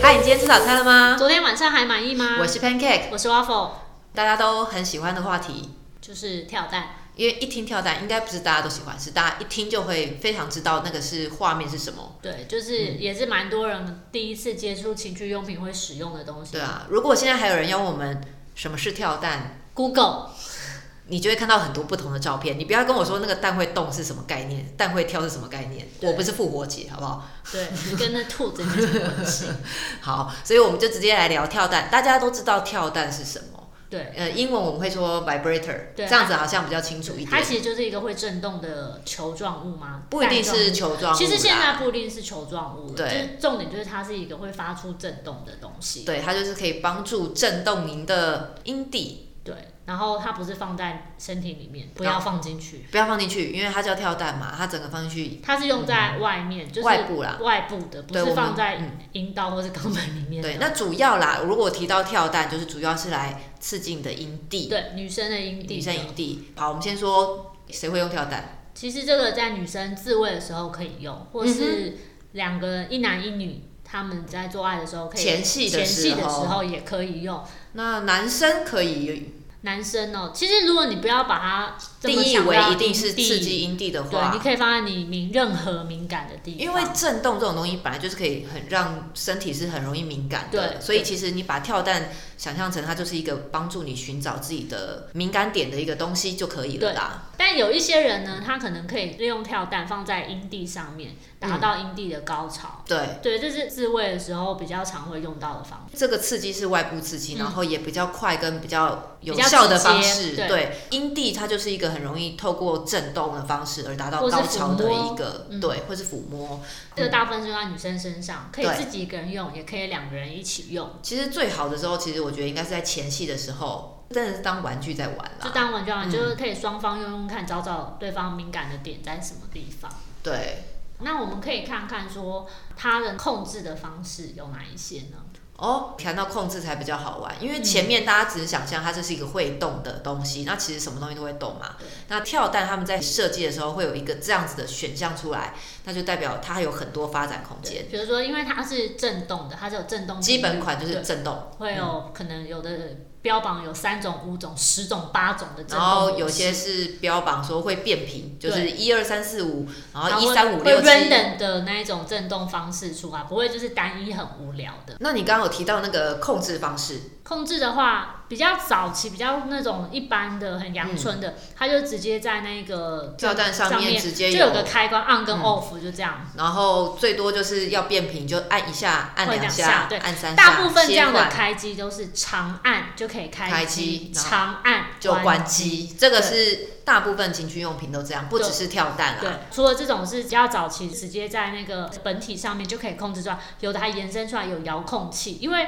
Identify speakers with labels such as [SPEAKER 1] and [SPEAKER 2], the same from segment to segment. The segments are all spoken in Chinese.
[SPEAKER 1] 嗨，你今天吃早餐了吗？
[SPEAKER 2] 啊昨天晚上还满意吗？
[SPEAKER 1] 我是 Pancake，
[SPEAKER 2] 我是 Waffle，
[SPEAKER 1] 大家都很喜欢的话题，
[SPEAKER 2] 就是跳蛋。
[SPEAKER 1] 因为一听跳蛋，应该不是大家都喜欢，是大家一听就会非常知道那个是画面是什么。
[SPEAKER 2] 对，就是也是蛮多人第一次接触情趣用品会使用的东西。
[SPEAKER 1] 对啊，如果现在还有人要问我们什么是跳蛋，
[SPEAKER 2] Google
[SPEAKER 1] 你就会看到很多不同的照片。你不要跟我说那个蛋会动是什么概念，蛋会跳是什么概念，
[SPEAKER 2] 对
[SPEAKER 1] 我不是复活节，好不好？
[SPEAKER 2] 对，跟那兔子没什么关系。
[SPEAKER 1] 好，所以我们就直接来聊跳蛋。大家都知道跳蛋是什么，
[SPEAKER 2] 对，
[SPEAKER 1] 呃，英文我们会说 vibrator，
[SPEAKER 2] 对
[SPEAKER 1] 这样子好像比较清楚一
[SPEAKER 2] 它
[SPEAKER 1] 点。
[SPEAKER 2] 其实就是一个会震动的球状物吗？
[SPEAKER 1] 不一定是
[SPEAKER 2] 带状
[SPEAKER 1] 球状
[SPEAKER 2] 物。
[SPEAKER 1] 物啦，
[SPEAKER 2] 其实现在不一定是球状物了，
[SPEAKER 1] 对
[SPEAKER 2] 就是重点就是它是一个会发出震动的东西。
[SPEAKER 1] 对，它就是可以帮助震动您的阴蒂，
[SPEAKER 2] 对，然后它不是放在身体里面，不要放进去。
[SPEAKER 1] 不要放进去，因为它叫跳蛋嘛，它整个放进去
[SPEAKER 2] 它是用在外面，就是
[SPEAKER 1] 外部啦。
[SPEAKER 2] 外部的，不
[SPEAKER 1] 对我
[SPEAKER 2] 是
[SPEAKER 1] 们
[SPEAKER 2] 放在
[SPEAKER 1] 嗯
[SPEAKER 2] 阴道或是肛门里面的。
[SPEAKER 1] 对，那主要啦，如果提到跳蛋，就是主要是来刺激你的阴蒂，
[SPEAKER 2] 对，女生的阴蒂，
[SPEAKER 1] 女生阴蒂。好，我们先说谁会用跳蛋？
[SPEAKER 2] 其实这个在女生自慰的时候可以用，或是两个人一男一女他们在做爱的时候可以
[SPEAKER 1] 前戏的
[SPEAKER 2] 前戏
[SPEAKER 1] 时
[SPEAKER 2] 的时
[SPEAKER 1] 候，
[SPEAKER 2] 候也可以用。
[SPEAKER 1] 那男生可以
[SPEAKER 2] 男生哦，其实如果你不要把它这
[SPEAKER 1] 定
[SPEAKER 2] 么
[SPEAKER 1] 义
[SPEAKER 2] 强
[SPEAKER 1] 为
[SPEAKER 2] 调
[SPEAKER 1] 一定是
[SPEAKER 2] 地
[SPEAKER 1] 刺激阴蒂的
[SPEAKER 2] 对，你
[SPEAKER 1] 话，
[SPEAKER 2] 可以放在你敏任何敏感的地方，
[SPEAKER 1] 因为震动这种东西本来就是可以很让身体是很容易敏感的，
[SPEAKER 2] 对
[SPEAKER 1] 所以
[SPEAKER 2] 对
[SPEAKER 1] 其实你把跳蛋想象成它就是一个帮助你寻找自己的敏感点的一个东西就可以了啦。
[SPEAKER 2] 但有一些人呢，他可能可以利用跳蛋放在阴蒂上面，
[SPEAKER 1] 嗯
[SPEAKER 2] 达到阴蒂的高潮。
[SPEAKER 1] 对，
[SPEAKER 2] 对，这是自慰的时候比较常会用到的方法。
[SPEAKER 1] 这个刺激是外部刺激，
[SPEAKER 2] 嗯
[SPEAKER 1] 然后也比较快跟比较有
[SPEAKER 2] 比较
[SPEAKER 1] 效的
[SPEAKER 2] 直接
[SPEAKER 1] 方式。
[SPEAKER 2] 对
[SPEAKER 1] 对，阴蒂它就是一个很容易透过震动的方式而达到
[SPEAKER 2] 或是
[SPEAKER 1] 高潮的
[SPEAKER 2] 抚摸
[SPEAKER 1] 一个，
[SPEAKER 2] 嗯
[SPEAKER 1] 对，或是抚摸。嗯
[SPEAKER 2] 这个大部分是用在女生身上，可以
[SPEAKER 1] 对
[SPEAKER 2] 自己一个人用，也可以两个人一起用。
[SPEAKER 1] 其实最好的时候，其实我觉得应该是在前戏的时候，真的是当玩具在玩
[SPEAKER 2] 就
[SPEAKER 1] 啦。
[SPEAKER 2] 当玩具玩，
[SPEAKER 1] 嗯
[SPEAKER 2] 就是可以双方用用看，找找对方敏感的点在什么地方。
[SPEAKER 1] 对，
[SPEAKER 2] 那我们可以看看说他人控制的方式有哪一些呢？
[SPEAKER 1] 哦，谈到控制才比较好玩，因为
[SPEAKER 2] 嗯
[SPEAKER 1] 前面大家只是想象它就是一个会动的东西，那其实什么东西都会动嘛
[SPEAKER 2] 对。
[SPEAKER 1] 那跳蛋他们在设计的时候会有一个这样子的选项出来，那就代表它还有很多发展空间
[SPEAKER 2] 对。比如说，因为它是震动的，它是有震动频率
[SPEAKER 1] 基本款就是嗯震动，
[SPEAKER 2] 会有可能有的标榜有三种、五种、十种、八种的震动
[SPEAKER 1] 然
[SPEAKER 2] 模式，
[SPEAKER 1] 后有些是标榜说会变频，就是
[SPEAKER 2] 对
[SPEAKER 1] 一二三四五，然后
[SPEAKER 2] 它
[SPEAKER 1] 一
[SPEAKER 2] 会
[SPEAKER 1] 三五
[SPEAKER 2] 会
[SPEAKER 1] 六七。
[SPEAKER 2] random 的那一种震动方式出来，不会就是单一很无聊的。
[SPEAKER 1] 那你刚刚有提到那个控制方式，
[SPEAKER 2] 控制的话，比较早期、比较那种一般的、很阳春的，它就直接在那个
[SPEAKER 1] 嗯跳蛋上
[SPEAKER 2] 上
[SPEAKER 1] 面
[SPEAKER 2] 面
[SPEAKER 1] 直接嗯
[SPEAKER 2] 就有个开关 on 跟 off，、就这样。
[SPEAKER 1] 然后最多就是要变频就按一下，按两
[SPEAKER 2] 会两下对
[SPEAKER 1] 按三下，
[SPEAKER 2] 大部分这样
[SPEAKER 1] 切
[SPEAKER 2] 的
[SPEAKER 1] 换
[SPEAKER 2] 开机都是长按就可以
[SPEAKER 1] 开
[SPEAKER 2] 机
[SPEAKER 1] 机，然后
[SPEAKER 2] 长按
[SPEAKER 1] 就关
[SPEAKER 2] 机。
[SPEAKER 1] 机。这个是大部分情趣用品都这样，不只是跳蛋
[SPEAKER 2] 对
[SPEAKER 1] 啦。，
[SPEAKER 2] 除了这种是比较早期，直接在那个本体上面就可以控制出来，有的还延伸出来有遥控器，因为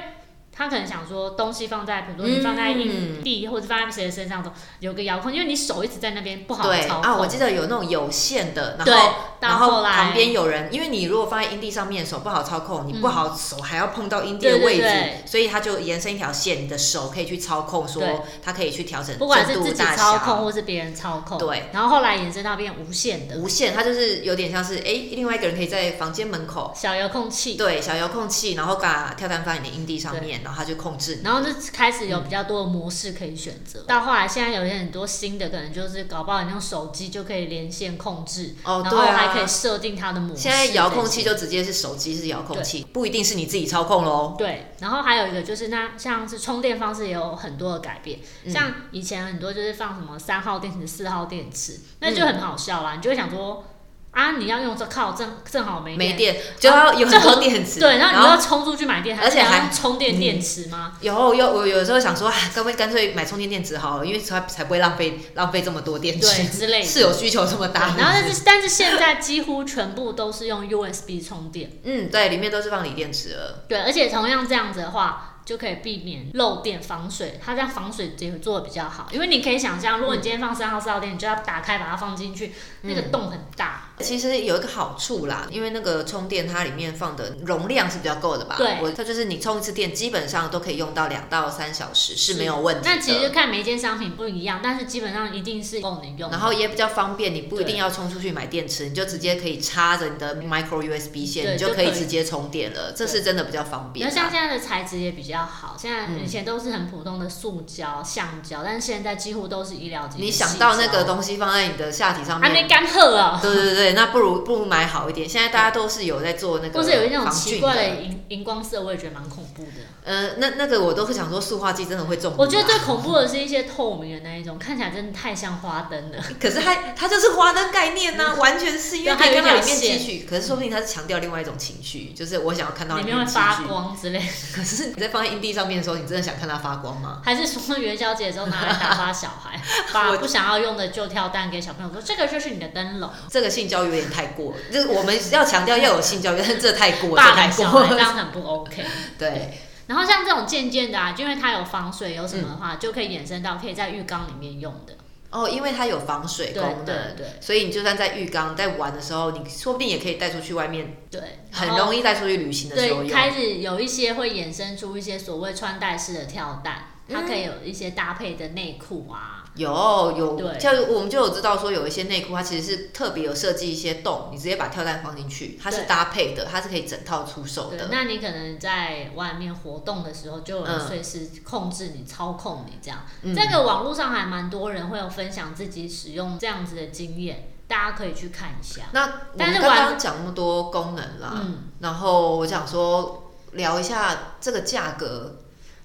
[SPEAKER 2] 他可能想说东西放在，比如说你放在硬地、
[SPEAKER 1] 嗯
[SPEAKER 2] 或者放在谁的身上都有个遥控，因为你手一直在那边不好
[SPEAKER 1] 对
[SPEAKER 2] 操控。
[SPEAKER 1] 啊，我记得有那种有线的，然
[SPEAKER 2] 对
[SPEAKER 1] 后然
[SPEAKER 2] 到后来
[SPEAKER 1] 旁边有人，因为你如果放在阴蒂上面，手不好操控，你不好手还要碰到阴蒂的
[SPEAKER 2] 对嗯对
[SPEAKER 1] 位置，
[SPEAKER 2] 对
[SPEAKER 1] 所以它就延伸一条线，你的手可以去操控，
[SPEAKER 2] 对
[SPEAKER 1] 说它可以去调整
[SPEAKER 2] 不管
[SPEAKER 1] 震
[SPEAKER 2] 是
[SPEAKER 1] 度
[SPEAKER 2] 自己
[SPEAKER 1] 大
[SPEAKER 2] 操控
[SPEAKER 1] 小。
[SPEAKER 2] 或是别人操控，
[SPEAKER 1] 对。
[SPEAKER 2] 然后后来延伸到变无线的
[SPEAKER 1] 无线，它就是有点像是哎、诶另外一个人可以在房间门口，
[SPEAKER 2] 小遥控器，
[SPEAKER 1] 对，小遥控器，然后把跳蛋放在你的阴蒂上面，然后它就控制你。
[SPEAKER 2] 然后就开始
[SPEAKER 1] 嗯
[SPEAKER 2] 有比较多的模式可以选择。到后来，现在有些很多新的，可能就是搞不好你用手机就可以连线控制，
[SPEAKER 1] 哦，
[SPEAKER 2] 然
[SPEAKER 1] 对
[SPEAKER 2] 后还可以
[SPEAKER 1] 啊，
[SPEAKER 2] 设定它的模式。
[SPEAKER 1] 现在遥控器就直接是手机是遥控器，不一定是你自己操控喽。
[SPEAKER 2] 对，然后还有一个就是那像是充电方式也有很多的改变，
[SPEAKER 1] 嗯
[SPEAKER 2] 像以前很多就是放什么三号电池、四号电池，那
[SPEAKER 1] 嗯
[SPEAKER 2] 就很好笑啦，你就会想说啊，你要用这靠正正好没
[SPEAKER 1] 没
[SPEAKER 2] 电。
[SPEAKER 1] 电就要有很多电池，
[SPEAKER 2] 对，然后你又要冲出去买电，
[SPEAKER 1] 而且
[SPEAKER 2] 是你要
[SPEAKER 1] 还
[SPEAKER 2] 用充电电池吗？
[SPEAKER 1] 有有我有时候想说，啊干脆干脆买充电电池好了，因为才才不会浪费浪费这么多电
[SPEAKER 2] 对，
[SPEAKER 1] 池，
[SPEAKER 2] 之类的。
[SPEAKER 1] 嗯是有需求这么
[SPEAKER 2] 对
[SPEAKER 1] 大。
[SPEAKER 2] 然后但是但是现在几乎全部都是用 USB 充电，
[SPEAKER 1] 嗯，对，里面都是放锂电池了。
[SPEAKER 2] 对，而且同样这样子的话，就可以避免漏电防水，它这样防水也做的比较
[SPEAKER 1] 嗯
[SPEAKER 2] 好，因为你可以想象，如果你今天放三号四号电，你就要打开把它放进去，那个洞很大，
[SPEAKER 1] 其实有一个好处啦，因为那个充电它里面放的容量是比较够的吧？
[SPEAKER 2] 对
[SPEAKER 1] 我它就是你充一次电，基本上都可以用到两到三小时是没有问题的。
[SPEAKER 2] 那其实看每一件商品不一样，但是基本上一定是够你用的。
[SPEAKER 1] 然后也比较方便，你不一定要冲出去买电池，你就直接可以插着你的 micro USB 线，
[SPEAKER 2] 对
[SPEAKER 1] 你
[SPEAKER 2] 就
[SPEAKER 1] 可以
[SPEAKER 2] 可以
[SPEAKER 1] 直接充电了，这是真的比较方便
[SPEAKER 2] 然
[SPEAKER 1] 啦。
[SPEAKER 2] 后像现在的材质也比较好，现在
[SPEAKER 1] 嗯
[SPEAKER 2] 以前都是很普通的塑胶、橡胶，但是现在几乎都是医疗级。
[SPEAKER 1] 你想到那个东西放在你的下体上
[SPEAKER 2] 还没
[SPEAKER 1] 面，
[SPEAKER 2] 干喝啊，
[SPEAKER 1] 对对对，那不如不如买好一点。现在大家都是有在做那个
[SPEAKER 2] 或是有那种
[SPEAKER 1] 防
[SPEAKER 2] 奇
[SPEAKER 1] 菌
[SPEAKER 2] 怪
[SPEAKER 1] 的，
[SPEAKER 2] 的荧荧光色，我也觉得蛮恐怖的。
[SPEAKER 1] 呃，那那个我都会想说，塑化剂真的会中毒啊。
[SPEAKER 2] 我觉得最恐怖的是一些透明的那一种，看起来真的太像花灯了。
[SPEAKER 1] 可是它它就是花灯概念呐、完全是因为
[SPEAKER 2] 嗯对还
[SPEAKER 1] 可
[SPEAKER 2] 有
[SPEAKER 1] 以看到
[SPEAKER 2] 一
[SPEAKER 1] 里
[SPEAKER 2] 条
[SPEAKER 1] 面
[SPEAKER 2] 线
[SPEAKER 1] 汲取，可是说不定它是强调另外一种情绪，就是我想要看到
[SPEAKER 2] 里
[SPEAKER 1] 面
[SPEAKER 2] 面会
[SPEAKER 1] 汲
[SPEAKER 2] 发
[SPEAKER 1] 取。
[SPEAKER 2] 光之类的，
[SPEAKER 1] 可是你在放在阴蒂上面的时候，你真的想看它发光吗？
[SPEAKER 2] 还是说元宵节的时候拿来打发小 孩，把不想要用的就跳蛋给小朋友说这个就是你的灯笼，
[SPEAKER 1] 这个性教育有点太过，就是我们要强调要有性教育，但是这太过，这
[SPEAKER 2] 霸
[SPEAKER 1] 太
[SPEAKER 2] 凌小孩 这
[SPEAKER 1] 过。
[SPEAKER 2] 样很不 OK。
[SPEAKER 1] 对，
[SPEAKER 2] 然后像这种渐渐的啊，就因为它有防水有什么的话，就可以衍生到可以在浴缸里面用的。
[SPEAKER 1] 哦，因为它有防水
[SPEAKER 2] 对
[SPEAKER 1] 哎功
[SPEAKER 2] 对
[SPEAKER 1] 能，
[SPEAKER 2] 对
[SPEAKER 1] 所以你就算在浴缸在玩的时候，你说不定也可以带出去外面，
[SPEAKER 2] 对，
[SPEAKER 1] 很
[SPEAKER 2] 然后
[SPEAKER 1] 容易带出去旅行的时候
[SPEAKER 2] 哦对，
[SPEAKER 1] 用。
[SPEAKER 2] 开始有一些会衍生出一些所谓穿戴式的跳蛋，
[SPEAKER 1] 嗯
[SPEAKER 2] 它可以有一些搭配的内裤啊，
[SPEAKER 1] 有有，
[SPEAKER 2] 对
[SPEAKER 1] 就我们就有知道说有一些内裤，它其实是特别有设计一些洞，你直接把跳蛋放进去，它是
[SPEAKER 2] 对
[SPEAKER 1] 搭配的，它是可以整套出售
[SPEAKER 2] 对，
[SPEAKER 1] 的。
[SPEAKER 2] 那你可能在外面活动的时候，就有人
[SPEAKER 1] 嗯
[SPEAKER 2] 随时控制你、操控你这样。
[SPEAKER 1] 嗯
[SPEAKER 2] 这个网络上还蛮多人会有分享自己使用这样子的经验，大家可以去看一下。
[SPEAKER 1] 那我
[SPEAKER 2] 但
[SPEAKER 1] 们
[SPEAKER 2] 是
[SPEAKER 1] 刚
[SPEAKER 2] 玩
[SPEAKER 1] 刚讲那么多功能啦，
[SPEAKER 2] 嗯，
[SPEAKER 1] 然后我想说聊一下这个价格，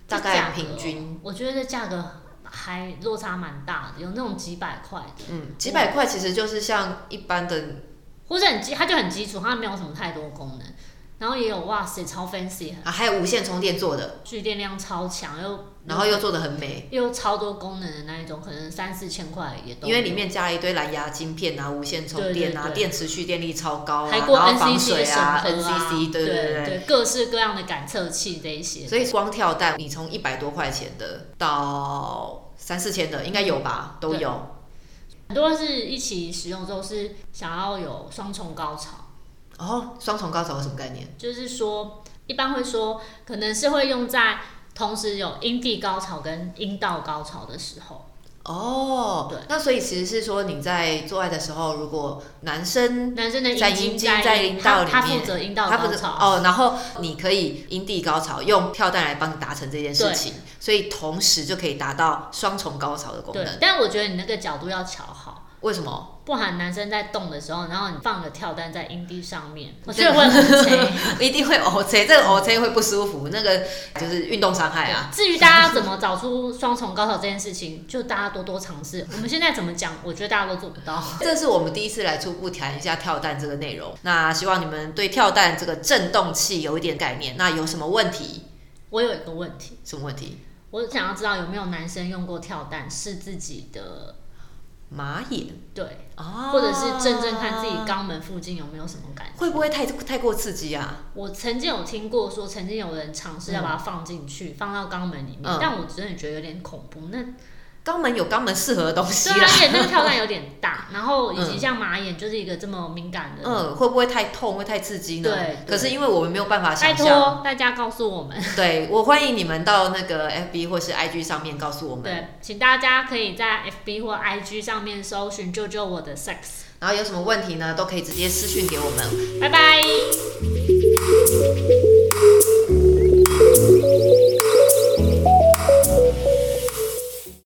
[SPEAKER 1] 大
[SPEAKER 2] 这
[SPEAKER 1] 概
[SPEAKER 2] 价格
[SPEAKER 1] 平均，
[SPEAKER 2] 我觉得这价格还落差蛮大的，有那种几百块的，
[SPEAKER 1] 嗯，几百块其实就是像一般的，
[SPEAKER 2] 或者很基，它就很基础，它没有什么太多功能。然后也有哇塞，超 fancy，
[SPEAKER 1] 啊，还有无线充电做的，
[SPEAKER 2] 蓄电量超强，又
[SPEAKER 1] 然后又做的很美，
[SPEAKER 2] 又超多功能的那一种，可能三四千块也都
[SPEAKER 1] 因
[SPEAKER 2] 有。
[SPEAKER 1] 为里面加了一堆蓝牙晶片啊，无线充电啊，
[SPEAKER 2] 对对对
[SPEAKER 1] 电池蓄电力超高啊，
[SPEAKER 2] 还过
[SPEAKER 1] 然后防
[SPEAKER 2] NCC
[SPEAKER 1] 水
[SPEAKER 2] 的审核
[SPEAKER 1] 啊，NCC，对
[SPEAKER 2] 对
[SPEAKER 1] 对对。
[SPEAKER 2] 对，各式各样的感测器这一些。
[SPEAKER 1] 所以光跳蛋，你从一百多块钱的到三四千的，应该有吧，都有。
[SPEAKER 2] 很多是一起使用之后是想要有双重高潮，
[SPEAKER 1] 哦，双重高潮是什么概念？
[SPEAKER 2] 就是说一般会说可能是会用在同时有阴蒂高潮跟阴道高潮的时候。
[SPEAKER 1] 哦，
[SPEAKER 2] 对
[SPEAKER 1] 那所以其实是说你在做爱的时候，如果男生
[SPEAKER 2] 男生的
[SPEAKER 1] 在
[SPEAKER 2] 阴
[SPEAKER 1] 阴
[SPEAKER 2] 茎
[SPEAKER 1] 茎在
[SPEAKER 2] 阴
[SPEAKER 1] 阴道
[SPEAKER 2] 他
[SPEAKER 1] 里面
[SPEAKER 2] 他负责阴道
[SPEAKER 1] 他不
[SPEAKER 2] 高
[SPEAKER 1] 是
[SPEAKER 2] 潮，
[SPEAKER 1] 哦，然后你可以阴蒂高潮，用跳蛋来帮你达成这件事情，所以同时就可以达到双重高潮的功
[SPEAKER 2] 对
[SPEAKER 1] 能。。
[SPEAKER 2] 但我觉得你那个角度要瞧好，
[SPEAKER 1] 为什么？
[SPEAKER 2] 不然男生在动的时候，然后你放个跳蛋在阴蒂上面，我觉
[SPEAKER 1] 对
[SPEAKER 2] 得会很累。
[SPEAKER 1] 一定会 O C，这个 O C 会不舒服，那个就是运动伤害啊。
[SPEAKER 2] 至于大家怎么找出双重高潮这件事情，就大家多多尝试。我们现在怎么讲，我觉得大家都做不到。
[SPEAKER 1] 这是我们第一次来初步谈一下跳蛋这个内容，那希望你们对跳蛋这个震动器有一点概念。那有什么问题？
[SPEAKER 2] 我有一个问题，
[SPEAKER 1] 什么问题？
[SPEAKER 2] 我想要知道有没有男生用过跳蛋是自己的
[SPEAKER 1] 马眼
[SPEAKER 2] 对，
[SPEAKER 1] 啊，
[SPEAKER 2] 哦或者是正正看自己肛门附近有没有什么感觉。
[SPEAKER 1] 会不会太太过刺激啊？
[SPEAKER 2] 我曾经有听过说，曾经有人尝试要把它放进去，放到肛门里面，
[SPEAKER 1] 嗯
[SPEAKER 2] 但我真的觉得有点恐怖。 那
[SPEAKER 1] 肛门有肛门适合的东西
[SPEAKER 2] 虽
[SPEAKER 1] 啦，
[SPEAKER 2] 然而且那个跳蛋有点大，然后以及像马眼就是一个这么敏感的，
[SPEAKER 1] 嗯，会不会太痛，会太刺激呢？
[SPEAKER 2] 对对
[SPEAKER 1] 可是因为我们没有办法
[SPEAKER 2] 拜
[SPEAKER 1] 想象，
[SPEAKER 2] 托大家告诉我们。
[SPEAKER 1] 对我欢迎你们到那个 FB 或是 IG 上面告诉我们，
[SPEAKER 2] 对，请大家可以在 FB 或 IG 上面搜寻“救救我的 sex”。
[SPEAKER 1] 然后有什么问题呢，都可以直接私讯给我们。
[SPEAKER 2] 拜拜。